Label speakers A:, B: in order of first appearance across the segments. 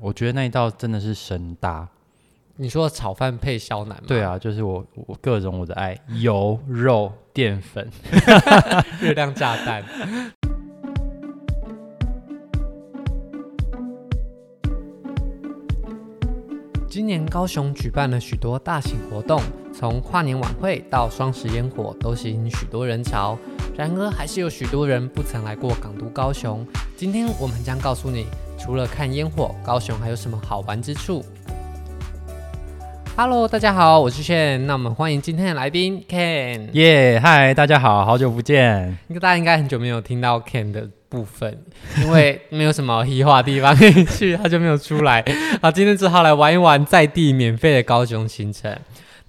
A: 我觉得那一道真的是神搭。
B: 你说炒饭配小腩吗？
A: 对，啊，就是我我各种我的爱，油、肉、淀粉。
B: 热量炸弹。 今年高雄举办了许多大型活动，从跨年晚会到双十烟火，都吸引许多人潮。然而，还是有许多人不曾来过港都高雄。今天我们将告诉你，除了看烟火，高雄还有什么好玩之处。Hello，大家好，我是炫。那我们欢迎今天的来宾
A: 嗯
B: Ken。
A: 耶，嗨，大家好，好久不见。
B: 应该大家应该很久没有听到 Ken 的部分，因为没有什么黑化地方可以去，他就没有出来。 好，今天只好来玩一玩在地免费的高雄行程。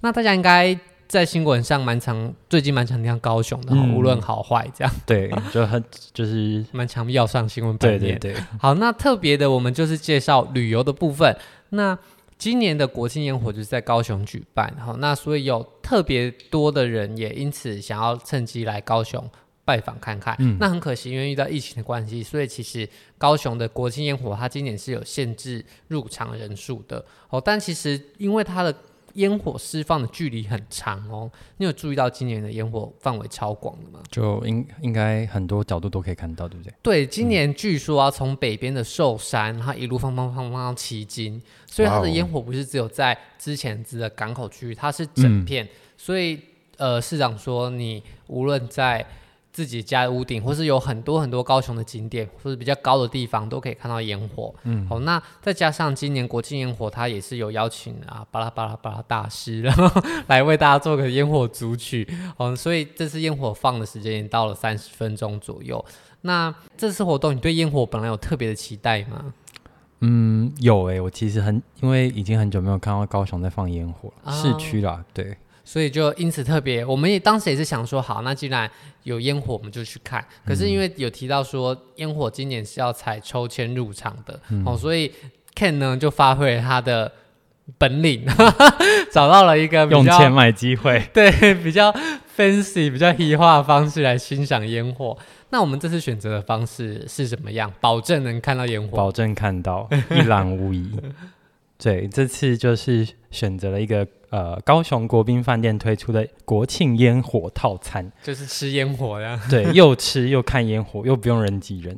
B: 那大家应该在新闻上蛮常，最近蛮常听到高雄的哦，
A: 嗯
B: 无论好坏，这样
A: 对，就很就是
B: 蛮常要上新闻版
A: 对
B: 面。
A: 对对，
B: 好，那特别的，我们就是介绍旅游的部分。那今年的国庆烟火就是在高雄举办，好，那所以有特别多的人也因此想要趁机来高雄拜访看看。
A: 嗯
B: 那很可惜，因为遇到疫情的关系，所以其实高雄的国庆烟火它今年是有限制入场人数的。哦，但其实因为它的烟火释放的距离很长哦，你有注意到今年的烟火范围超广的吗？
A: 就应应该很多角度都可以看到，对不对？
B: 对，今年据说要从北边的寿山，然后一路放放放放到旗津，所以它
A: 哇
B: 的
A: 哦
B: 烟火不是只有在之前只的港口区域，它是整片。所以呃，市长说，你无论在自己家的屋顶，或是有很多很多高雄的景点，或是比较高的地方，都可以看到烟火。嗯，好，那再加上今年国庆烟火，它也是有邀请啊巴拉巴拉巴拉大师， 然后来为大家做个烟火组曲。哦，所以这次烟火放的时间也到了三十分钟左右。那这次活动，你对烟火本来有特别的期待吗？
A: 嗯，有诶、我其实很因为已经很久没有看到高雄在放烟火了，
B: 啊
A: 市区啦，对，
B: 所以就因此特别，我们也当时也是想说，好，那既然有烟火，我们就去看。可是
A: 嗯
B: 因为有提到说，烟火今年是要采抽签入场的，
A: 嗯
B: 哦，所以 Ken 呢就发挥了他的本领， 找到了一个比较
A: 用钱买机会。
B: 对 比较 fancy、比较黑化的方式来欣赏烟火。那我们这次选择的方式是什么样？保证能看到烟火。
A: 保证看 到一览无遗。对，这次就是选择了一个呃高雄国宾饭店推出的国庆烟火套餐，
B: 就是吃烟火呀，
A: 对，又吃又看烟火，又不用人挤人。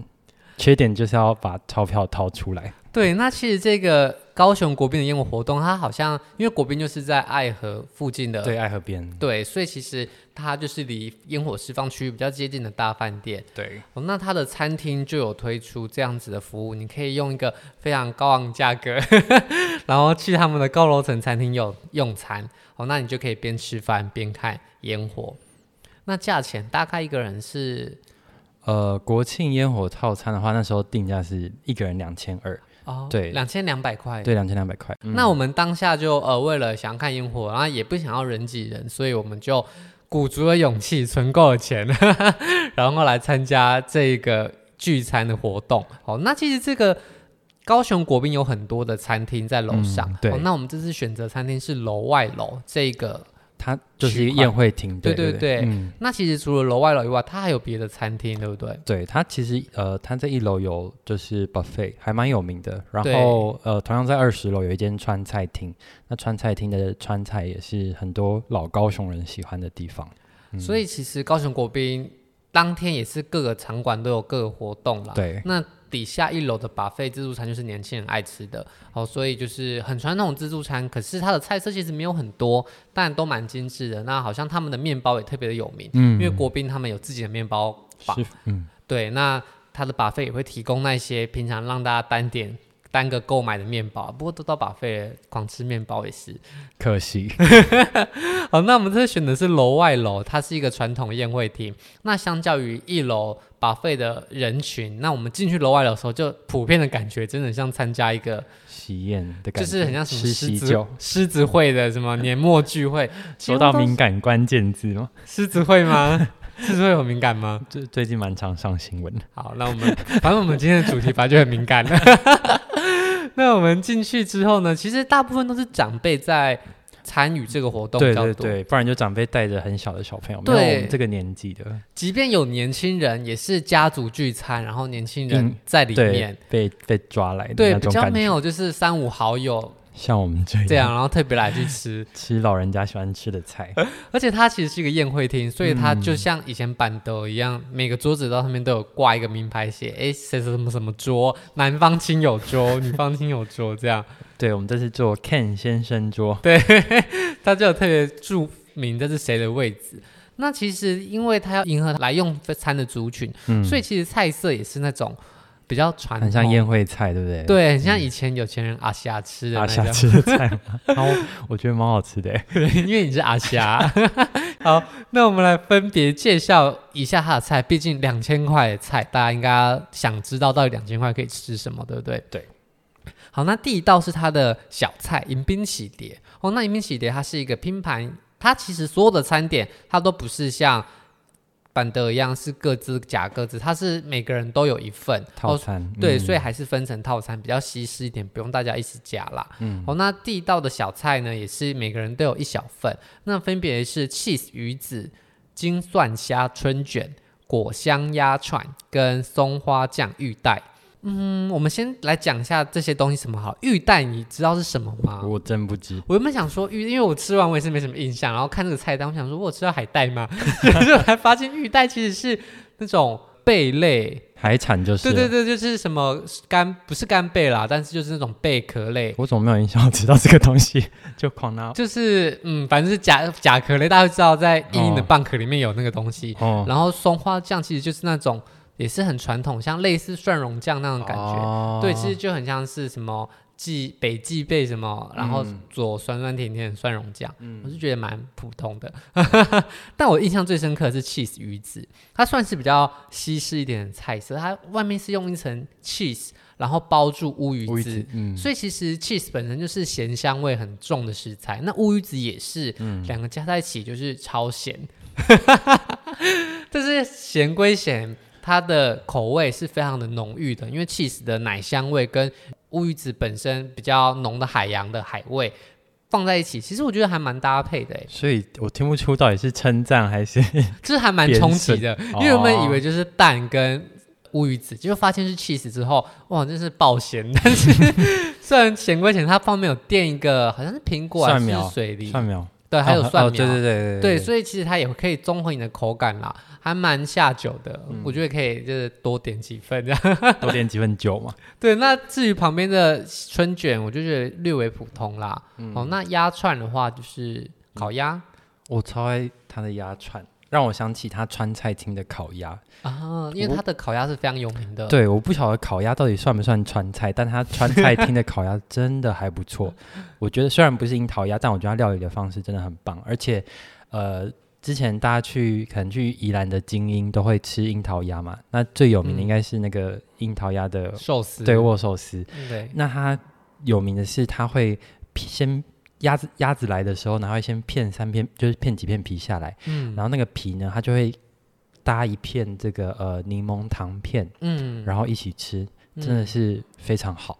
A: 缺点就是要把钞票掏出来，
B: 对，那其实这个高雄国宾的烟火活动，它好像因为国宾就是在爱河附近的，
A: 对，啊爱河边，
B: 对所以其实它就是离烟火释放区域比较接近的大饭店。
A: 对，
B: 哦，那它的餐厅就有推出这样子的服务，你可以用一个非常高昂价格， 然后去他们的高楼层餐厅用用餐。哦，那你就可以边吃饭边看烟火。那价钱大概一个人是
A: 呃，国庆烟火套餐的话，那时候定价是一个人两千二，
B: 哦，
A: 对
B: 两千两百块，
A: 对，两千两百块。嗯
B: 那我们当下就呃，为了想要看烟火，然后也不想要人挤人，所以我们就鼓足了勇气，存够了钱， 然后来参加这个聚餐的活动。好，那其实这个高雄国宾有很多的餐厅在楼上，
A: 嗯对
B: 哦那我们这次选择餐厅是楼外楼这个。
A: 嗯它就是一
B: 区
A: 个
B: 块
A: 宴会厅，
B: 对
A: 对
B: 对对
A: 嗯，
B: 那其实除了楼外楼以外，它还有别的餐厅，对不对？
A: 对，它其实呃，它在一楼有就是 buffet，还蛮有名的。然
B: 对
A: 后呃，同样在二十楼有一间川菜厅，那川菜厅的川菜也是很多老高雄人喜欢的地方。
B: 所以其实高雄国宾当天也是各个场馆都有各个活动啦。
A: 对，
B: 那底下一楼的把费自助餐就是年轻人爱吃的，哦，所以就是很传统的自助餐，可是它的菜色其实没有很多，但都蛮精致的。那好像他们的面包也特别的有名，
A: 嗯
B: 因为国宾他们有自己的面包吧，
A: 是嗯，
B: 对，那它的把费也会提供那些平常让大家单点。单个购买的面包，不过都到把费狂吃面包也是。
A: 可惜
B: 好，哦那我们这次选的是楼外楼，它是一个传统宴会厅。那相较于一楼把费的人群，那我们进去楼外楼的时候，就普遍的感觉真的像参加一个，
A: 喜宴的感觉，
B: 就是很像什么
A: 吃
B: 狮
A: 喜
B: 子
A: 酒。
B: 狮子会的什么年末聚 会。
A: 说到
B: 几乎都
A: 敏感关键字吗？
B: 狮子会吗？狮子会有敏感吗？
A: 最最近蛮常上新闻的。
B: 好，那我们反正我们今天的主题本来就很敏感 那我们进去之后呢，其实大部分都是长辈在参与这个活动比
A: 对
B: 较
A: 对
B: 多。
A: 对，不然就长辈带着很小的小朋友，没
B: 对
A: 有我们这个年纪的，
B: 即便有年轻人，也是家族聚餐，然后年轻人
A: 嗯
B: 在里
A: 对
B: 面，，
A: 被被抓来的
B: 对
A: 那
B: 比
A: 种
B: 较
A: 感
B: 没
A: 觉，
B: 有就是三五好友
A: 像我们这
B: 这样，然后特别来去吃。
A: 吃老人家喜欢吃的菜，
B: 而且它其实是一个宴会厅，所以它就
A: 嗯
B: 像以前板德一样，每个桌子到上面都有挂一个名牌写，哎，谁什么什么桌，男方亲友桌，女方亲友桌这样。
A: 对我们这次做 Ken 先生桌，
B: 他就有特别注明这是谁的位置。那其实因为他要迎合来用餐的族群，
A: 嗯，
B: 所以其实菜色也是那种比较传统，
A: 很像宴会菜，对不对？
B: 对，很像以前有钱人阿霞吃的
A: 嗯阿
B: 那
A: 霞
B: 种，
A: 吃的菜嘛，然后我觉得蛮好吃的欸，
B: 因为你是阿霞。 好，那我们来分别介绍一下他的菜，毕竟两千块的菜，大家应该想知道到底两千块可以吃什么，对不对？
A: 对。
B: 好，那第一道是它的小菜迎宾喜碟哦。那迎宾喜碟它是一个拼盘，它其实所有的餐点它都不是像板德一样是各自夹各自，它是每个人都有一份
A: 套
B: 哦
A: 餐，
B: 对，
A: 嗯
B: 所以还是分成套餐比较稀释一点，不用大家一起加啦。嗯，哦，那地道的小菜呢，也是每个人都有一小份，那分别是 cheese 鱼子、金蒜虾春卷、果香鸭串跟松花酱玉带。嗯，我们先来讲一下这些东西什么好。玉带你知道是什么吗？
A: 我真不知，
B: 我原本想说玉，因为我吃完我也是没什么印象，然后看这个菜单，我想说我有吃到海带吗？ 就还发现玉带其实是那种贝类，
A: 海产就是啊
B: 对
A: 了，
B: 对对，就是什么干不是干贝啦，但是就是那种贝壳类，
A: 我怎么没有印象知道这个东西，就狂 拿
B: 就是嗯，反正是甲甲壳类，大家都知道在硬硬的
A: 哦
B: 蚌壳里面有那个东西。
A: 哦，
B: 然后松花酱其实就是那种也是很传统，像类似蒜蓉酱那种感觉，
A: 觉
B: 对，其实就很像是什么蓟北蓟贝什么，然后
A: 嗯
B: 做酸酸甜甜的蒜蓉酱，我是觉得蛮普通的。 但我印象最深刻的是 cheese 鱼子，它算是比较西式一点的菜色，它外面是用一层 cheese，然后包住乌鱼
A: 乌鱼
B: 子。
A: 子，嗯，
B: 所以其实 cheese 本身就是咸香味很重的食材，那乌鱼子也是，两个加在一起就是超咸。 但是咸归咸，它的口味是非常的浓郁的，因为 cheese 的奶香味跟乌鱼子本身比较浓的海洋的海味放在一起，其实我觉得还蛮搭配的欸，
A: 所以我听不出到底是称赞还 是
B: 就是还蛮
A: 扁
B: 冲击
A: 笋
B: 的。
A: 哦
B: 因为我们以为就是蛋跟乌鱼子，结果发现是 cheese 之后，哇，真是爆咸！但是虽然咸归咸，它旁边有垫一个好像是苹果还
A: 蒜
B: 是
A: 苗
B: 水梨，
A: 蒜苗，
B: 对，还有
A: 哦
B: 蒜苗，
A: 哦对对对
B: 对
A: 对，
B: 所以其实它也可以综合你的口感啦，还蛮下酒的。
A: 嗯
B: 我觉得可以就是多点几份这样。
A: 多点几份酒嘛，
B: 对，那至于旁边的春卷，我就觉得略微普通啦。
A: 嗯
B: 哦，那鸭串的话就是烤鸭、
A: 我超爱他的鸭串。让我想起他川菜厅的烤鸭，
B: 啊，因为它的烤鸭是非常有名的。
A: 嗯对，我不晓得烤鸭到底算不算川菜，但他川 菜厅的烤鸭真的还不错。我觉得虽然不是樱桃鸭，但我觉得它料理的方式真的很棒，而且，呃，之前大家去可能去宜兰的精英都会吃樱桃鸭嘛，那最有名的应该是那个樱桃鸭的、
B: 嗯寿司嗯
A: 对握寿司，
B: 对，
A: 那它有名的是，它会先鸭子鸭子来的时候，然后会先片三片，就是片几片皮下来，
B: 嗯
A: 然后那个皮呢，它就会搭一片这个呃柠檬糖片，
B: 嗯，
A: 然后一起吃，真的是非常好，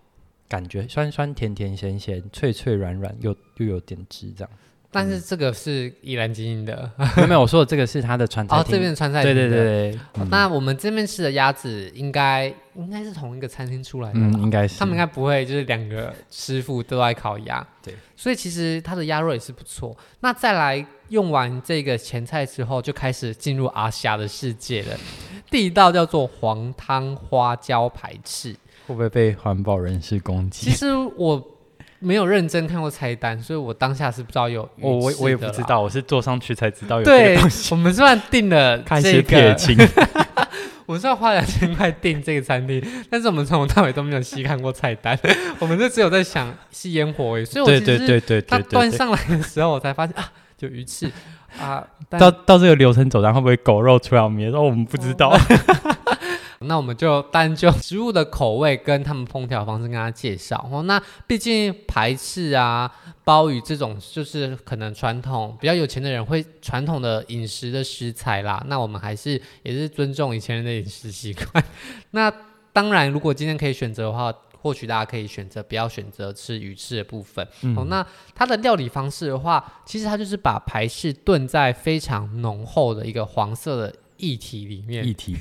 A: 感觉酸酸甜甜咸咸，脆脆软软，又又有点汁这样。
B: 但是这个是依兰基因的，
A: 没有没有，我说的这个是它的川菜
B: 哦，
A: 嗯
B: 这
A: 厅，
B: 边的川菜
A: 对对
B: 厅的。
A: 对嗯对，
B: 哦那我们这边吃的鸭子应该应该是同一个餐厅出来的
A: 嗯，
B: 吧？
A: 应该是
B: 他们应该不会就是两个师傅都在烤鸭，
A: 对，
B: 所以其实它的鸭肉也是不错。那再来用完这个前菜之后，就开始进入阿霞的世界了。第一道叫做黄汤花椒排 翅，
A: 会不会被环保人士攻
B: 其
A: 击？
B: 实我没有认真看过菜单，所以我当下是不知道有鱼
A: 哦我我我也
B: 翅
A: 不
B: 的
A: 知
B: 啦。
A: 道，我是坐上去才知道有这
B: 对
A: 个东西，，
B: 我们虽然订了
A: 看一
B: 这
A: 些
B: 个
A: 撇，清。
B: 我们虽然花两千块订这个餐厅，但是我们从头到尾都没有细看过菜单， 我们就只有在想是烟火而已。所以我
A: 对
B: 其实
A: 对对对
B: 它
A: 对对
B: 端
A: 对。
B: 上来的时候，我才发现啊，有鱼翅啊。但
A: 到到这个流程走上，会不会狗肉出来？我们也说哦我们不知道。
B: 那我们就单就食物的口味跟他们烹调方式跟大家介绍。哦，那毕竟排翅啊、鲍鱼这种，就是可能传统比较有钱的人会传统的饮食的食材啦。那我们还是 也是尊重以前人的饮食习惯。那当然，如果今天可以选择的话，或许大家可以选择不要选择吃鱼翅的部分。哦，那它的料理方式的话，其实它就是把排翅炖在非常浓厚的一个黄色的液体里面
A: 议，题。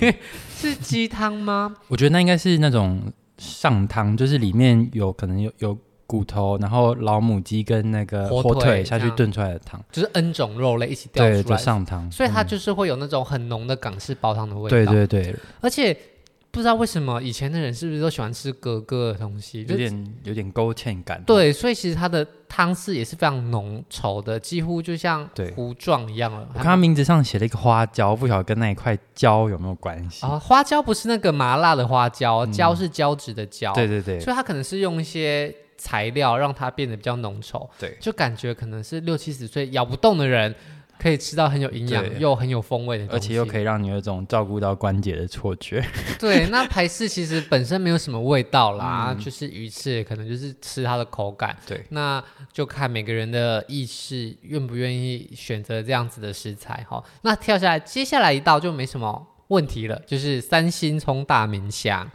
B: 是鸡汤吗？
A: 我觉得那应该是那种上汤，就是里面有可能有有骨头，然后老母鸡跟那个
B: 火
A: 火
B: 腿
A: 腿下
B: 这
A: 去
B: 样
A: 炖出来的汤，
B: 就是 N 种肉类一起掉
A: 对，
B: 出
A: 就
B: 来，
A: 上汤。
B: 所以它
A: 嗯
B: 就是会有那种很浓的港式煲汤的味道。
A: 对对对，
B: 而且不知道为什么以前的人是不是都喜欢吃格格的东西，就
A: 有点有点勾芡感。
B: 对，所以其实它的汤汁也是非常浓稠的，几乎就像
A: 对
B: 糊状一样了。
A: 我看他名字上写了一个花椒，不晓得跟那一块椒有没有关系。
B: 啊、花椒不是那个麻辣的花椒，椒是胶质的椒，
A: 嗯对对对，
B: 所以它可能是用一些材料让它变得比较浓稠，
A: 对
B: 就感觉可能是六七十岁咬不动的人可以吃到很有营养
A: 对
B: 又很有风味的东
A: 而
B: 西，
A: 且又可以让你有一种照顾到关节的错觉。
B: 对，那排翅其实本身没有什么味道啦，啊就是鱼翅可能就是吃它的口感，
A: 嗯对，
B: 那就看每个人的意识愿不愿意选择这样子的食材哈。那跳下来，接下来一道就没什么问题了，就是三星葱大明虾。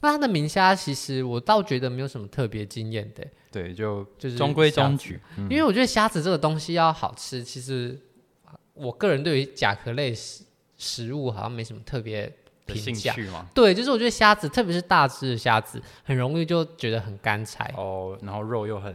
B: 那它的明虾其实我倒觉得没有什么特别惊艳的，
A: 对，就
B: 就是
A: 中规中
B: 虾
A: 矩。嗯
B: 因为我觉得虾子这个东西要好吃，其实我个人对于甲壳类食食物好像没什么特别
A: 的
B: 评
A: 兴
B: 价。
A: 趣嘛。
B: 对，就是我觉得虾子，特别是大只的虾子，很容易就觉得很干柴。
A: 哦，然后肉又很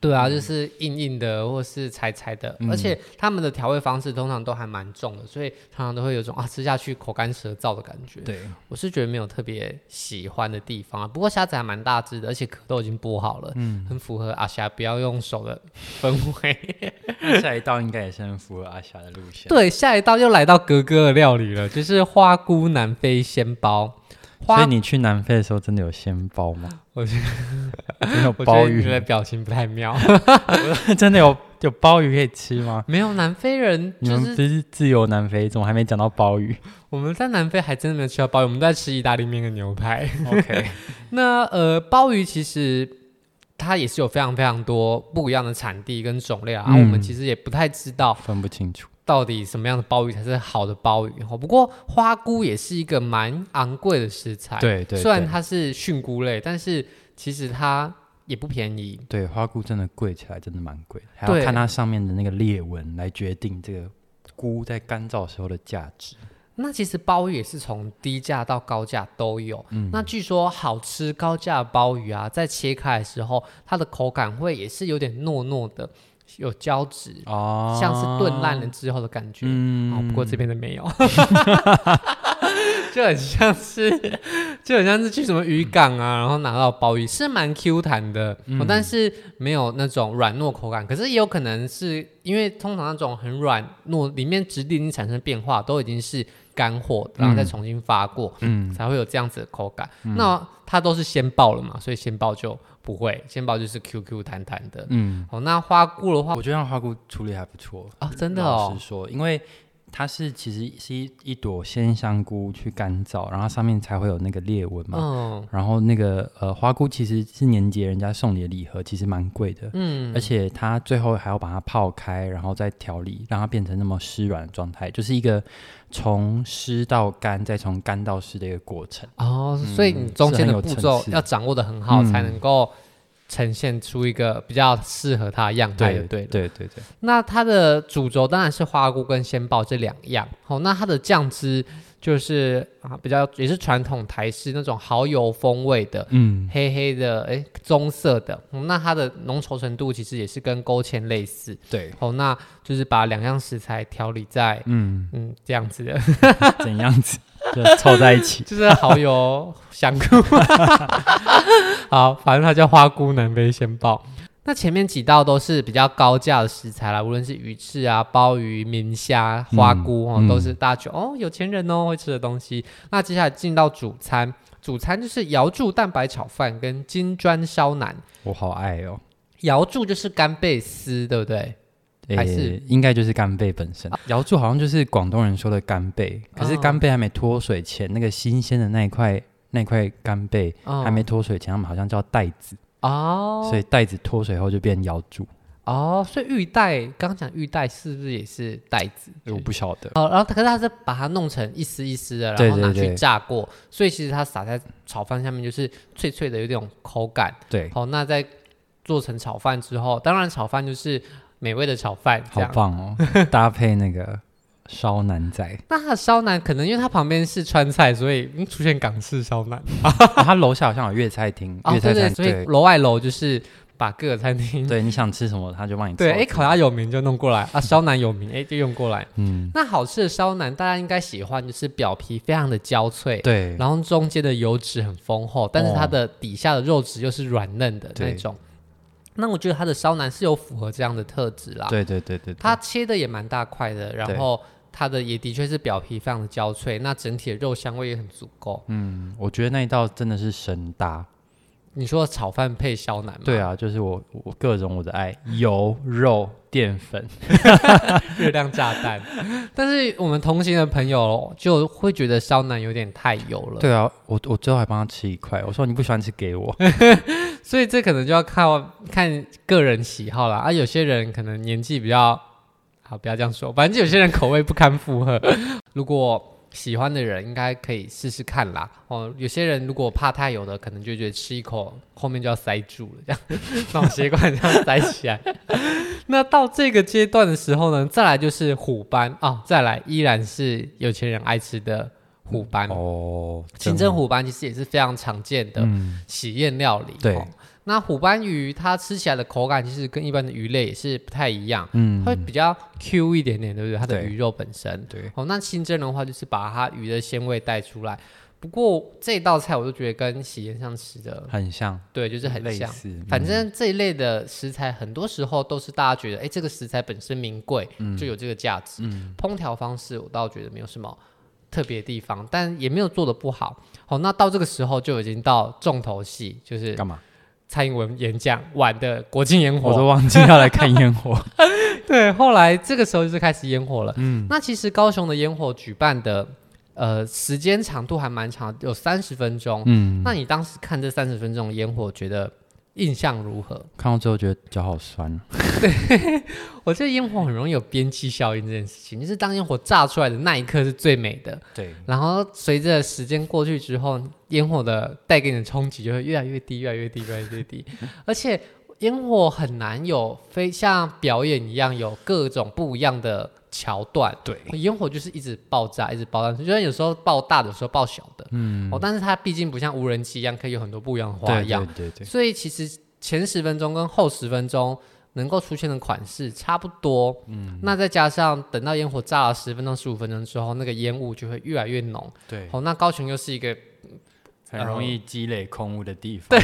B: 对
A: 嗯
B: 啊，就是硬硬的或是柴柴的，而且他们的调味方式通常都还蛮重的，所以常常都会有种啊吃下去口干舌燥的感觉。
A: 对，
B: 我是觉得没有特别喜欢的地方啊。不过虾子还蛮大只的，而且壳都已经剥好了，
A: 嗯
B: 很符合阿虾不要用手的氛 围。
A: 那下一道应该也是很符合阿霞的路线。
B: 对，下一道又来到格格的料理了，就是花菇南非鲜包。
A: 所以
B: 花，
A: 你去南非的时候真的有鲜包吗？
B: 我 觉
A: 得有
B: 我觉
A: 鲍
B: 得你的
A: 鱼，
B: 表情不 太妙。
A: 真的有有鲍鱼可以吃吗？
B: 没有南非人，
A: 你
B: 就
A: 们
B: 是
A: 不是自由南非，怎么还没讲到鲍鱼
B: 我们在南非还真的没有吃到鲍鱼，我们都在吃意大利面跟牛排。
A: ？OK，
B: 那呃，鲍鱼其实它也是有非常非常多不一样的产地跟种类啊，
A: 嗯
B: 我们其实也不太知道
A: 分不清楚。
B: 到底什么样的鲍鱼才是好的鲍鱼。哦不过花菇也是一个蛮昂贵的食材，
A: 对对，
B: 虽然
A: 对
B: 它是蕈菇类，但是其实它也不便宜。
A: 对花菇真的贵起来真的蛮贵的，还
B: 对
A: 要看它上面的那个裂纹来决定这个菇在干燥时候的价值。
B: 那其实鲍鱼也是从低价到高价都有。那据说好吃高价的鲍鱼啊，在切开的时候，它的口感会也是有点糯糯的，有胶质，
A: 哦嗯
B: 像是炖烂了之后的感觉。哦，不过这边的没有， 就很像是，就很像是去什么渔港啊，然后拿到鲍鱼是蛮 Q 弹的、哦，
A: 嗯
B: 但是没有那种软糯口感。可是也有可能是因为通常那种很软糯，里面质地已经产生变化，都已经是干货，然后再重新发过，
A: 嗯，
B: 才会有这样子的口感。那它都是先爆了嘛，所以先爆就不会，先爆就是 Q Q 弹弹的。
A: 嗯，
B: 哦，那花菇的话，
A: 我觉得让花菇处理还不错。
B: 啊、真的
A: 老
B: 哦
A: 实，说，因为它是其实是一一朵鲜香菇去干燥，然后上面才会有那个裂纹嘛。
B: 嗯
A: 然后那个呃花菇其实是年节人家送你的礼盒，其实蛮贵的，
B: 嗯
A: 而且它最后还要把它泡开，然后再调理，让它变成那么湿软的状态，就是一个从湿到干，再从干到湿的一个过程。
B: 哦，所以你中间的步
A: 是很有
B: 骤
A: 层次
B: 要掌握的很好，
A: 嗯
B: 才能够呈现出一个比较适合它的样态。对
A: 对
B: 了，
A: 对对对，
B: 那它的主轴当然是花菇跟鲜鲍这两样。哦，那它的酱汁就是啊，比较也是传统台式那种蚝油风味的。
A: 嗯，
B: 黑黑的，哎，棕色的、嗯那它的浓稠程度其实也是跟勾芡类似，
A: 对，
B: 哦，那就是把两样食材调理在，
A: 嗯，
B: 嗯，这样子的
A: 怎样子就凑在一起？
B: 就是蚝油香菇。 好，反正它叫花菇南非鲜鲍。那前面几道都是比较高价的食材啦，无论是鱼翅啊、鲍鱼、明虾、花菇哦，
A: 嗯
B: 都是大家觉得哦有钱人哦会吃的东西。那接下来进到主餐，主餐就是瑶柱蛋白炒饭跟金砖烧腩。
A: 我好爱哦，
B: 瑶柱就是干贝丝，对不对？还是
A: 应该就是干贝本身。瑶柱好像就是广东人说的干贝，可是
B: 哦
A: 干贝还没脱水前，那个新鲜的那一块那一块干贝
B: 哦
A: 还没脱水前，他们好像叫带子，
B: 哦，
A: 所以带子脱水后就变瑶柱。
B: 哦，所以玉带，刚刚讲玉带是不是也是带子？
A: 我不晓得。
B: 哦，然后可是它是把它弄成一丝一丝的，
A: 对
B: 然后拿
A: 对
B: 去
A: 对
B: 炸过，所以其实它撒在炒饭下面就是脆脆的，有点口感。
A: 对，
B: 好、那在做成炒饭之后，当然炒饭就是美味的炒饭这
A: 好
B: 样。
A: 棒 哦，搭配那个烧腩仔，
B: 那它的烧腩可能因为它旁边是川菜，所以、嗯、出现港式烧腩。
A: 啊他楼下好像有粤菜厅，
B: 哦，
A: 粤菜
B: 对对，
A: 餐
B: 所以楼外楼就是把各个餐厅
A: 对，你想吃什么他就帮你
B: 对，
A: 做
B: 哎，烤鸭有名就弄过来啊，烧腩有名哎就用过来。
A: 嗯，
B: 那好吃的烧腩，大家应该喜欢，就是表皮非常的焦脆，
A: 对，
B: 然后中间的油脂很丰厚，但是它的底下的肉质又是软嫩的那
A: 哦对
B: 种。那我觉得它的烧腩是有符合这样的特质啦。
A: 对对对对，对
B: 它切的也蛮大块的，然后它的也的确是表皮非常的焦脆，那整体的肉香味也很足够。
A: 嗯，我觉得那一道真的是神搭，
B: 你说炒饭配烧腩吗？
A: 对，啊，就是我我各种我的爱，油、肉、淀粉，
B: 热量炸弹。 但是我们同行的朋友就会觉得烧腩有点太油了，
A: 对啊，我我最后还帮他吃一块，我说你不喜欢吃给我，
B: 嗯所以这可能就要看看个人喜好啦。啊，有些人可能年纪比较好，不要这样说，反正有些人口味不堪负荷。 如果喜欢的人应该可以试试看啦。哦，有些人如果怕太油的，可能就觉得吃一口后面就要塞住了，这样 脑血管这样塞起来。 那到这个阶段的时候呢，再来就是虎斑啊、再来依然是有钱人爱吃的虎斑。
A: 哦，
B: 清蒸虎斑其实也是非常常见的
A: 嗯，
B: 喜宴料理。
A: 对
B: 哦那虎斑鱼它吃起来的口感其实跟一般的鱼类也是不太一样，
A: 嗯
B: 它会比较 Q 一点点，对不对？它的
A: 对
B: 鱼肉本身。
A: 对，
B: 哦，那清蒸的话就是把它鱼的鲜味带出来。不过这道菜我就觉得跟喜宴上吃的，
A: 很像，
B: 对，就是很
A: 类
B: 像。
A: 似，嗯
B: 反正这一类的食材，很多时候都是大家觉得，哎、这个食材本身名贵，
A: 嗯
B: 就有这个价值。烹调方式我倒觉得没有什么特别的地方，但也没有做的不好。好，那到这个时候就已经到重头戏，就是
A: 干嘛？
B: 蔡英文演讲晚的国庆烟
A: 我
B: 火。
A: 都忘记要来看烟火，
B: 对，后来这个时候就是开始烟火了。嗯，那其实高雄的烟火举办的呃时间长度还蛮长，有三十分钟。
A: 嗯，
B: 那你当时看这三十分钟的烟火，觉得印象如何？
A: 看到最后觉得脚好酸，
B: 我觉得烟火很容易有边际效应这件事情，就是当烟火炸出来的那一刻是最美的，
A: 对，
B: 然后随着时间过去之后，烟火的带给你的冲击就会越来越低，越来越低，越来越低，而且烟火很难有非像表演一样有各种不一样的桥段。
A: 对，
B: 烟火就是一直爆炸，一直爆炸，虽然有时候爆大的，有时候爆小的，嗯，哦，但是它毕竟不像无人机一样，可以有很多不一样的花
A: 对
B: 样
A: 对，对对，
B: 所以其实前十分钟跟后十分钟能够出现的款式差不多。嗯，那再加上等到烟火炸了十分钟、十五分钟之后，那个烟雾就会越来越浓。
A: 对，
B: 哦，那高雄又是一个
A: 很容易积累空污的地方，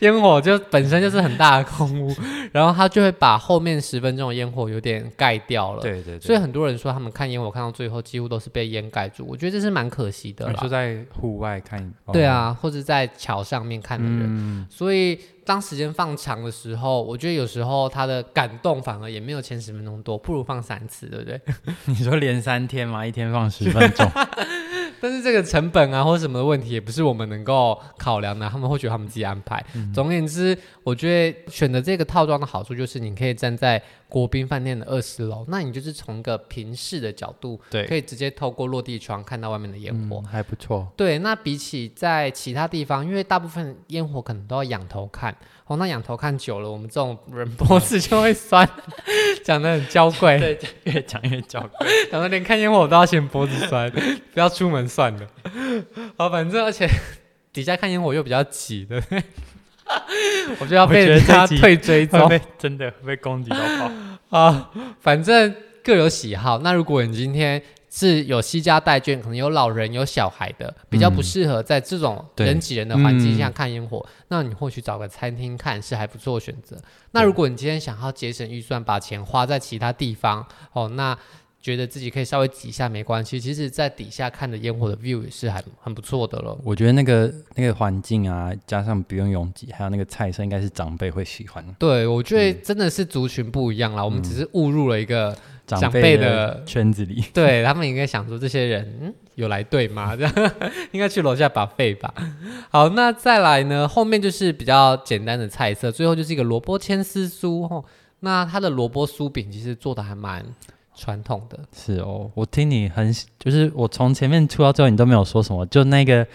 B: 烟火就本身就是很大的 空屋，然后它就会把后面十分钟的烟火有点盖掉了。。
A: 对对对，
B: 所以很多人说他们看烟火看到最后几乎都是被烟盖住，我觉得这是蛮可惜的
A: 你
B: 啦
A: 说。在户外看，哦
B: 对，啊，或者在桥上面看的人，
A: 嗯，
B: 所以当时间放长的时候，我觉得有时候它的感动反而也没有前十分钟多，不如放三次，对不对？
A: 你说连三天吗？一天放十分钟，
B: 但是这个成本啊或什么的问题也不是我们能够考量的，他们会觉得他们自己安排。
A: 嗯
B: 总而言之，我觉得选择这个套装的好处就是你可以站在国宾饭店的二十楼，那你就是从一个平视的角度，可
A: 对，
B: 以直接透过落地窗看到外面的烟火。
A: 嗯，还不错，
B: 对，那比起在其他地方，因为大部分烟火可能都要仰头看，哦，那仰头看久了，我们这种人脖子就会酸， 讲的很娇贵，
A: 对，越讲越焦虑，
B: 讲的连看烟火都要嫌脖子酸， 不要出门算了。好，反正而且底下看烟火又比较挤，对不对？ 我就要被
A: 我觉得
B: 人家
A: 这集
B: 退追踪
A: 会被真的会被攻击到爆，
B: 啊，反正各有喜好。那如果你今天是有西家带眷，可能有老人有小孩的，比较不适合在这种
A: 对
B: 人挤人的环境下看烟火，那你或许找个餐厅看是还不错的选择。那如果你今天想要节省预算，把钱花在其他地方，哦，那觉得自己可以稍微挤一下没关系。其实，在底下看的烟火的 view 也是还很不错的了。
A: 我觉得那个那个环境啊，加上不用拥挤，还有那个菜色，应该是长辈会喜欢的，
B: 对，我觉得真的是族群不一样啦，我们只是误入了一个长辈
A: 辈
B: 的
A: 圈子里，
B: 对他们应该想说这些人、嗯、有来对吗？ 这样应该去楼下把费吧。 好，那再来呢？后面就是比较简单的菜色，最后就是一个萝卜千丝酥哦。那它的萝卜酥饼其实做的还蛮传统的，
A: 是哦，我听你很喜，就是我从前面出到最后，你都没有说什么，就那个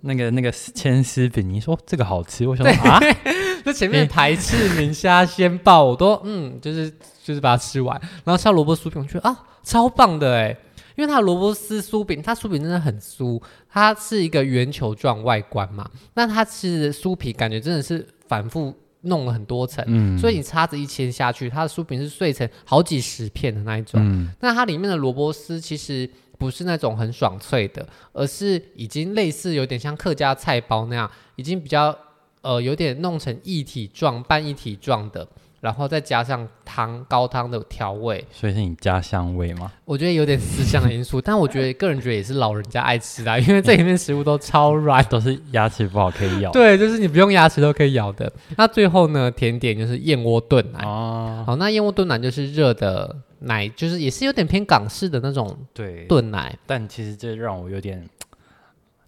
A: 那个那个千丝饼，你说这个好吃，我想说啊，
B: 那前面排斥明虾鲜鲍，我都嗯，就是就是把它吃完，然后像萝卜酥饼，我觉得啊超棒的哎，因为它的萝卜丝酥饼，它酥饼真的很酥，它是一个圆球状外观嘛，那它是酥皮，感觉真的是反复弄了很多层，
A: 嗯，
B: 所以你叉子一切下去，它的酥饼是碎成好几十片的那一种。
A: 嗯
B: 那它里面的萝卜丝其实不是那种很爽脆的，而是已经类似有点像客家菜包那样，已经比较呃有点弄成一体状、半一体状的，然后再加上汤高汤的调味，
A: 所以是你家乡味吗？
B: 我觉得有点思乡的因素，但我觉得个人觉得也是老人家爱吃啦，因为这里面食物都超软。
A: 啊都是牙齿不好可以咬，
B: 对，就是你不用牙齿都可以咬的。 那最后呢，甜点就是燕窝炖奶。
A: 哦，
B: 好，那燕窝炖奶就是热的奶，就是也是有点偏港式的那种
A: 对，
B: 炖奶。
A: 但其实这让我有点，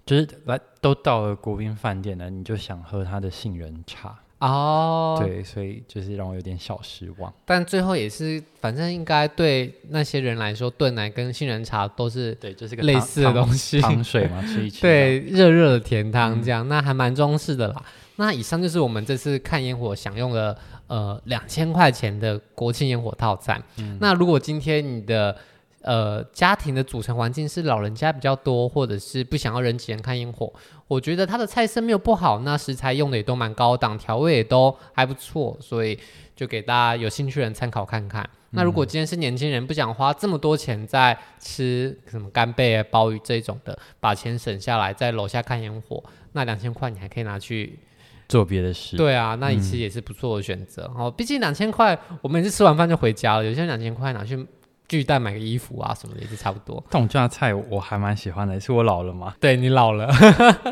A: 就是来都到了国宾饭店了，你就想喝它的杏仁茶，
B: 哦，，
A: 对，所以就是让我有点小失望。
B: 但最后也是，反正应该对那些人来说，炖奶跟杏仁茶都是
A: 对，就是个
B: 类
A: 汤
B: 似的
A: 汤
B: 东西。
A: 糖水嘛，吃一吃。，
B: 对，热热的甜汤这样，那还蛮中式的啦。那以上就是我们这次看烟火享用的呃两千块钱的国庆烟火套餐。那如果今天你的呃家庭的组成环境是老人家比较多，或者是不想要人挤人看烟火，我觉得它的菜色没有不好，那食材用的也都蛮高档，调味也都还不错，所以就给大家有兴趣的人参考看看。那如果今天是年轻人，不想花这么多钱在吃什么干贝啊、鲍鱼这种的，把钱省下来，在楼下看烟火，那两千块你还可以拿去，
A: 做别的事。
B: 对啊，那其实也是不错的选择、哦。毕竟两千块，我们也是吃完饭就回家了，有些两千块拿去巨蛋买个衣服啊什么的也是差不多。
A: 但我家的菜我还蛮喜欢的，是我老了吗？
B: 对你老了。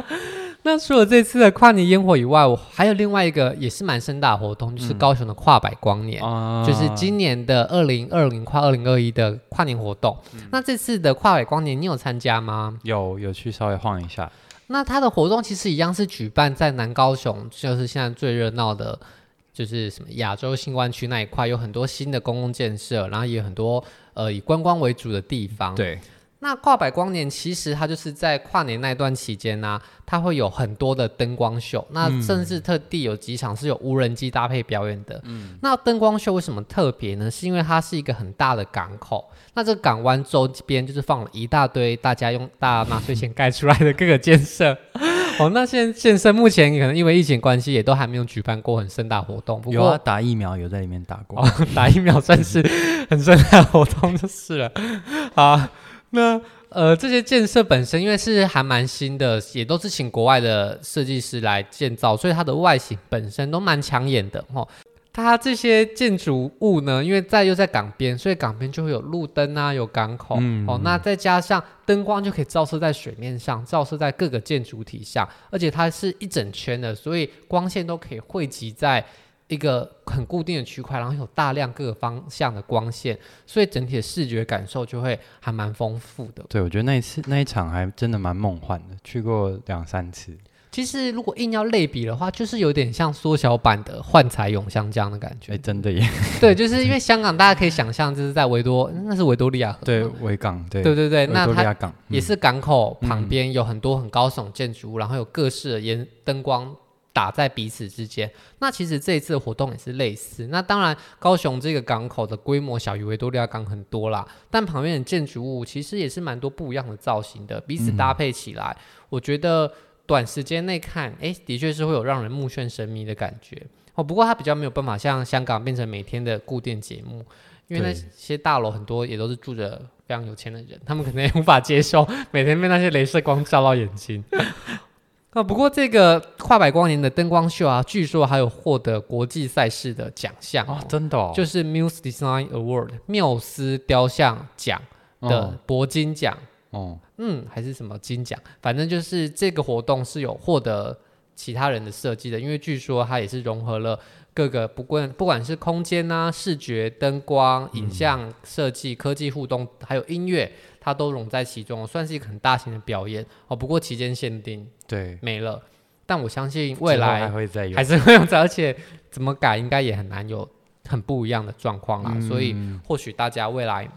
B: 那除了这次的跨年烟火以外，我还有另外一个也是蛮盛大的活动，就是高雄的跨百光年。
A: 啊
B: 就是今年的二零二零跨二零二一的跨年活动，那这次的跨百光年你有参加吗？
A: 有有去稍微晃一下，
B: 那它的活动其实一样是举办在南高雄，就是现在最热闹的，就是什么亚洲新湾区那一块，有很多新的公共建设，然后也有很多呃以观光为主的地方。
A: 对，
B: 那跨百光年其实它就是在跨年那段期间呢、啊它会有很多的灯光秀，那
A: 嗯
B: 甚至特地有几场是有无人机搭配表演的。
A: 嗯
B: 那灯光秀为什么特别呢？是因为它是一个很大的港口，那这个港湾周边就是放了一大堆大家用大纳税钱盖出来的各个建设。 哦，那现建设目前可能因为疫情关系，也都还没有举办过很盛大活动。不
A: 有啊，
B: 过
A: 打疫苗有在里面打过。
B: 哦， 打疫苗算是很盛大的活动就是了。 好，那呃，这些建设本身因为是还蛮新的，也都是请国外的设计师来建造，所以它的外形本身都蛮抢眼的哦。它这些建筑物呢，因为在又在港边，所以港边就会有路灯啊，有港口、
A: 嗯
B: 哦。那再加上灯光就可以照射在水面上，照射在各个建筑体上，而且它是一整圈的，所以光线都可以汇集在一个很固定的区块，然后有大量各个方向的光线，所以整体的视觉感受就会还蛮丰富的。
A: 对，我觉得那一次那一场还真的蛮梦幻的，去过两三次。
B: 其实如果硬要类比的话，就是有点像缩小版的幻彩咏香这样的感
A: 哎，
B: 觉。
A: 真的耶！
B: 对，就是因为香港大家可以想象，就是在维多，那是维多利亚河 吗，
A: 对，维港，对
B: 对对对，
A: 维
B: 那
A: 多利
B: 它
A: 亚港嗯
B: 也是港口旁边有很多很高耸建筑物，然后有各式的烟灯光打在彼此之间。那其实这一次的活动也是类似。那当然，高雄这个港口的规模小于维多利亚港很多啦，但旁边的建筑物其实也是蛮多不一样的造型的，彼此搭配起来，我觉得短时间内看，诶，的确是会有让人目眩神迷的感觉。哦，不过它比较没有办法像香港变成每天的固定节目，因为那
A: 对
B: 些大楼很多也都是住着非常有钱的人，他们可能也无法接受每天被那些镭射光照到眼睛。 啊，不过这个跨百光年的灯光秀啊，据说还有获得国际赛事的奖项、
A: 哦
B: 哦，，
A: 真的哦，
B: 就是 Muse Design Award 缪斯雕像奖的
A: 哦
B: 铂金奖，
A: 哦，
B: 嗯，还是什么金奖，反正就是这个活动是有获得其他人的设计的，因为据说它也是融合了各个不管不管是空间啊、视觉、灯光、影像设计、科技互动，还有音乐，它都融在其中，算是一个很大型的表演哦。不过期间限定
A: 对，
B: 没了，但我相信未
A: 之后
B: 来
A: 还会再有
B: 还。是会有，而且怎么改应该也很难有很不一样的状况
A: 嗯
B: 啦。所以或许大家未来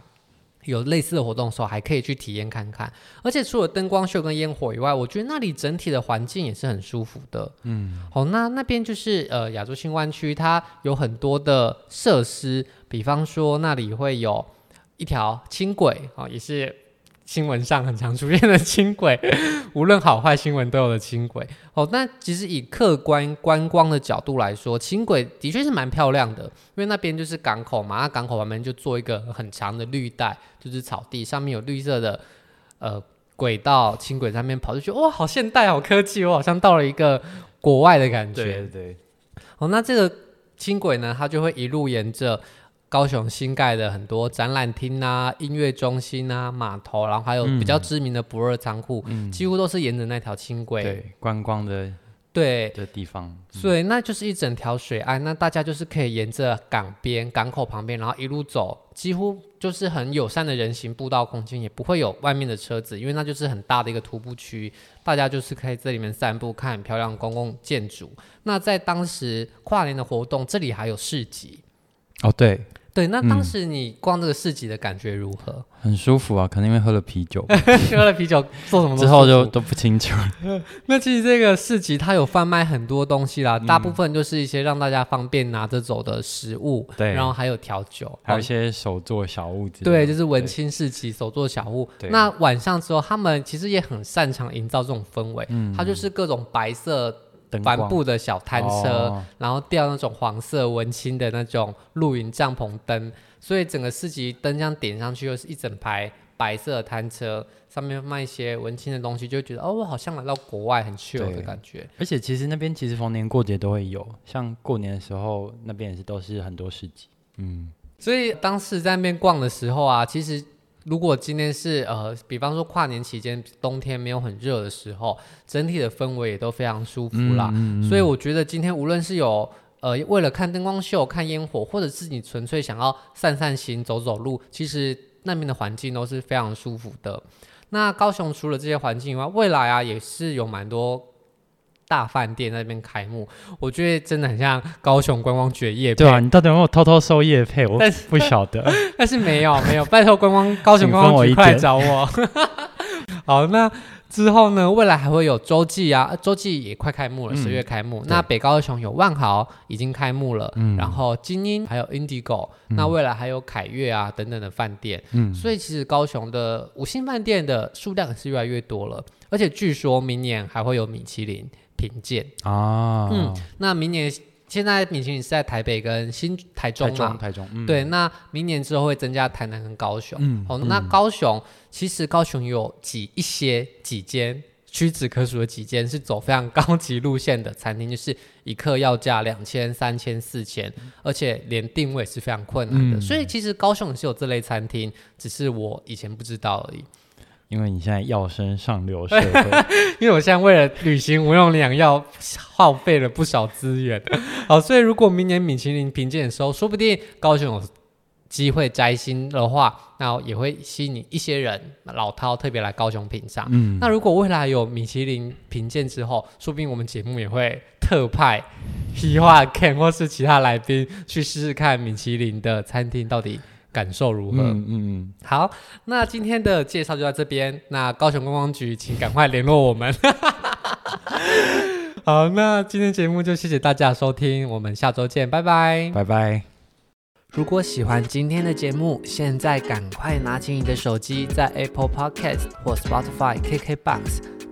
B: 有类似的活动的时候，还可以去体验看看。而且除了灯光秀跟烟火以外，我觉得那里整体的环境也是很舒服的。嗯，好，那那边就是呃亚洲新湾区，它有很多的设施，比方说那里会有一条轻轨啊、哦也是新闻上很常出现的轻轨， 无论好坏新闻都有的轻轨。哦，那其实以客观观光的角度来说，轻轨的确是蛮漂亮的，因为那边就是港口嘛，那港口旁边就做一个很长的绿带，就是草地，上面有绿色的呃轨道，轻轨上面跑，就觉得哇，好现代，好科技，我好像到了一个国外的感觉。
A: 对对，
B: 哦，那这个轻轨呢，它就会一路沿着高雄新盖的很多展览厅啊、音乐中心啊、码头，然后还有比较知名的不二仓库，几乎都是沿着那条轻轨。
A: 对观光的
B: 对
A: 的地方，嗯
B: 所以那就是一整条水岸，那大家就是可以沿着港边、港口旁边，然后一路走，几乎就是很友善的人行步道空间，也不会有外面的车子，因为那就是很大的一个徒步区，大家就是可以在里面散步，看漂亮的公共建筑。那在当时跨年的活动，这里还有市集，
A: 哦对，
B: 对，那
A: 嗯
B: 当时你逛这个市集的感觉如何？
A: 很舒服啊，可能因为喝了啤酒
B: 喝了啤酒做什么都
A: 之后
B: 舒
A: 就
B: 服
A: 都不清楚。
B: 那其实这个市集它有贩卖很多东西啦，嗯大部分就是一些让大家方便拿着走的食物，
A: 对
B: 然后还有调酒，哦
A: 还有一些手做小物之类的，
B: 对，就是文青市集手做小物。
A: 对
B: 那晚上之后，他们其实也很擅长营造这种氛围，它就是各种白色
A: 嗯灯
B: 帆
A: 光
B: 布的小摊车，
A: 哦
B: 然后吊那种黄色文青的那种露营帐篷灯，所以整个市集灯这样点上去，又是一整排白色的摊车，上面卖一些文青的东西，就会觉得哦，我好像来到国外，很 chill 的
A: 对
B: 感觉。
A: 而且其实那边其实逢年过节都会有，像过年的时候那边也是都是很多市集。嗯，
B: 所以当时在那边逛的时候啊，其实如果今天是呃，比方说跨年期间冬天没有很热的时候，整体的氛围也都非常舒服啦。
A: 嗯
B: 所以我觉得今天无论是有呃为了看灯光秀、看烟火，或者是你纯粹想要散散心、走走路，其实那边的环境都是非常舒服的。那高雄除了这些环境以外，未来啊也是有蛮多大饭店在那边开幕，我觉得真的很像高雄观光局的夜配
A: 对啊，你到底有没有偷偷收业配？我
B: 但
A: 不晓 得。
B: 但是没有没有，拜托观光高雄观光局
A: 请分我一点
B: 快来找 我。好，那之后呢？未来还会有洲际啊，呃洲际也快开幕了，
A: 嗯
B: 十、月开幕。
A: 对
B: 那北高雄有万豪已经开幕了，
A: 嗯
B: 然后精英还有 Indigo，、那未来还有凯悦啊等等的饭店。
A: 嗯，
B: 所以其实高雄的五星饭店的数量也是越来越多了，而且据说明年还会有米其林评鉴。
A: 啊，
B: 嗯，那明年现在米其林是在台北跟新台中
A: 台
B: 嘛，
A: 中台中，嗯，
B: 对，那明年之后会增加台南跟高雄。
A: 嗯
B: 哦，那高雄、其实高雄有几一些几间屈指可数的几间是走非常高级路线的餐厅，就是一客要价两千、三千、四千，而且连定位是非常困难的。
A: 嗯
B: 所以其实高雄也是有这类餐厅，只是我以前不知道而已。
A: 因为你现在要升上流社会，啊
B: 因为我现在为了旅行无用良药，耗费了不少资源。好，所以如果明年米其林评鉴的时候，说不定高雄有机会摘星的话，那也会吸引一些人老饕特别来高雄品尝。
A: 嗯，
B: 那如果未来有米其林评鉴之后，说不定我们节目也会特派皮化 Ken 或是其他来宾去试试看米其林的餐厅到底感受如何。
A: 嗯嗯
B: 好，那今天的介绍就到这边。那高雄观光局，请赶快联络我们。 好，那今天节目就谢谢大家的收听，我们下周见，拜拜
A: 嗯，。拜拜。
B: 如果喜欢今天的节目，现在赶快拿起你的手机，在 Apple Podcast 或 Spotify、KKBox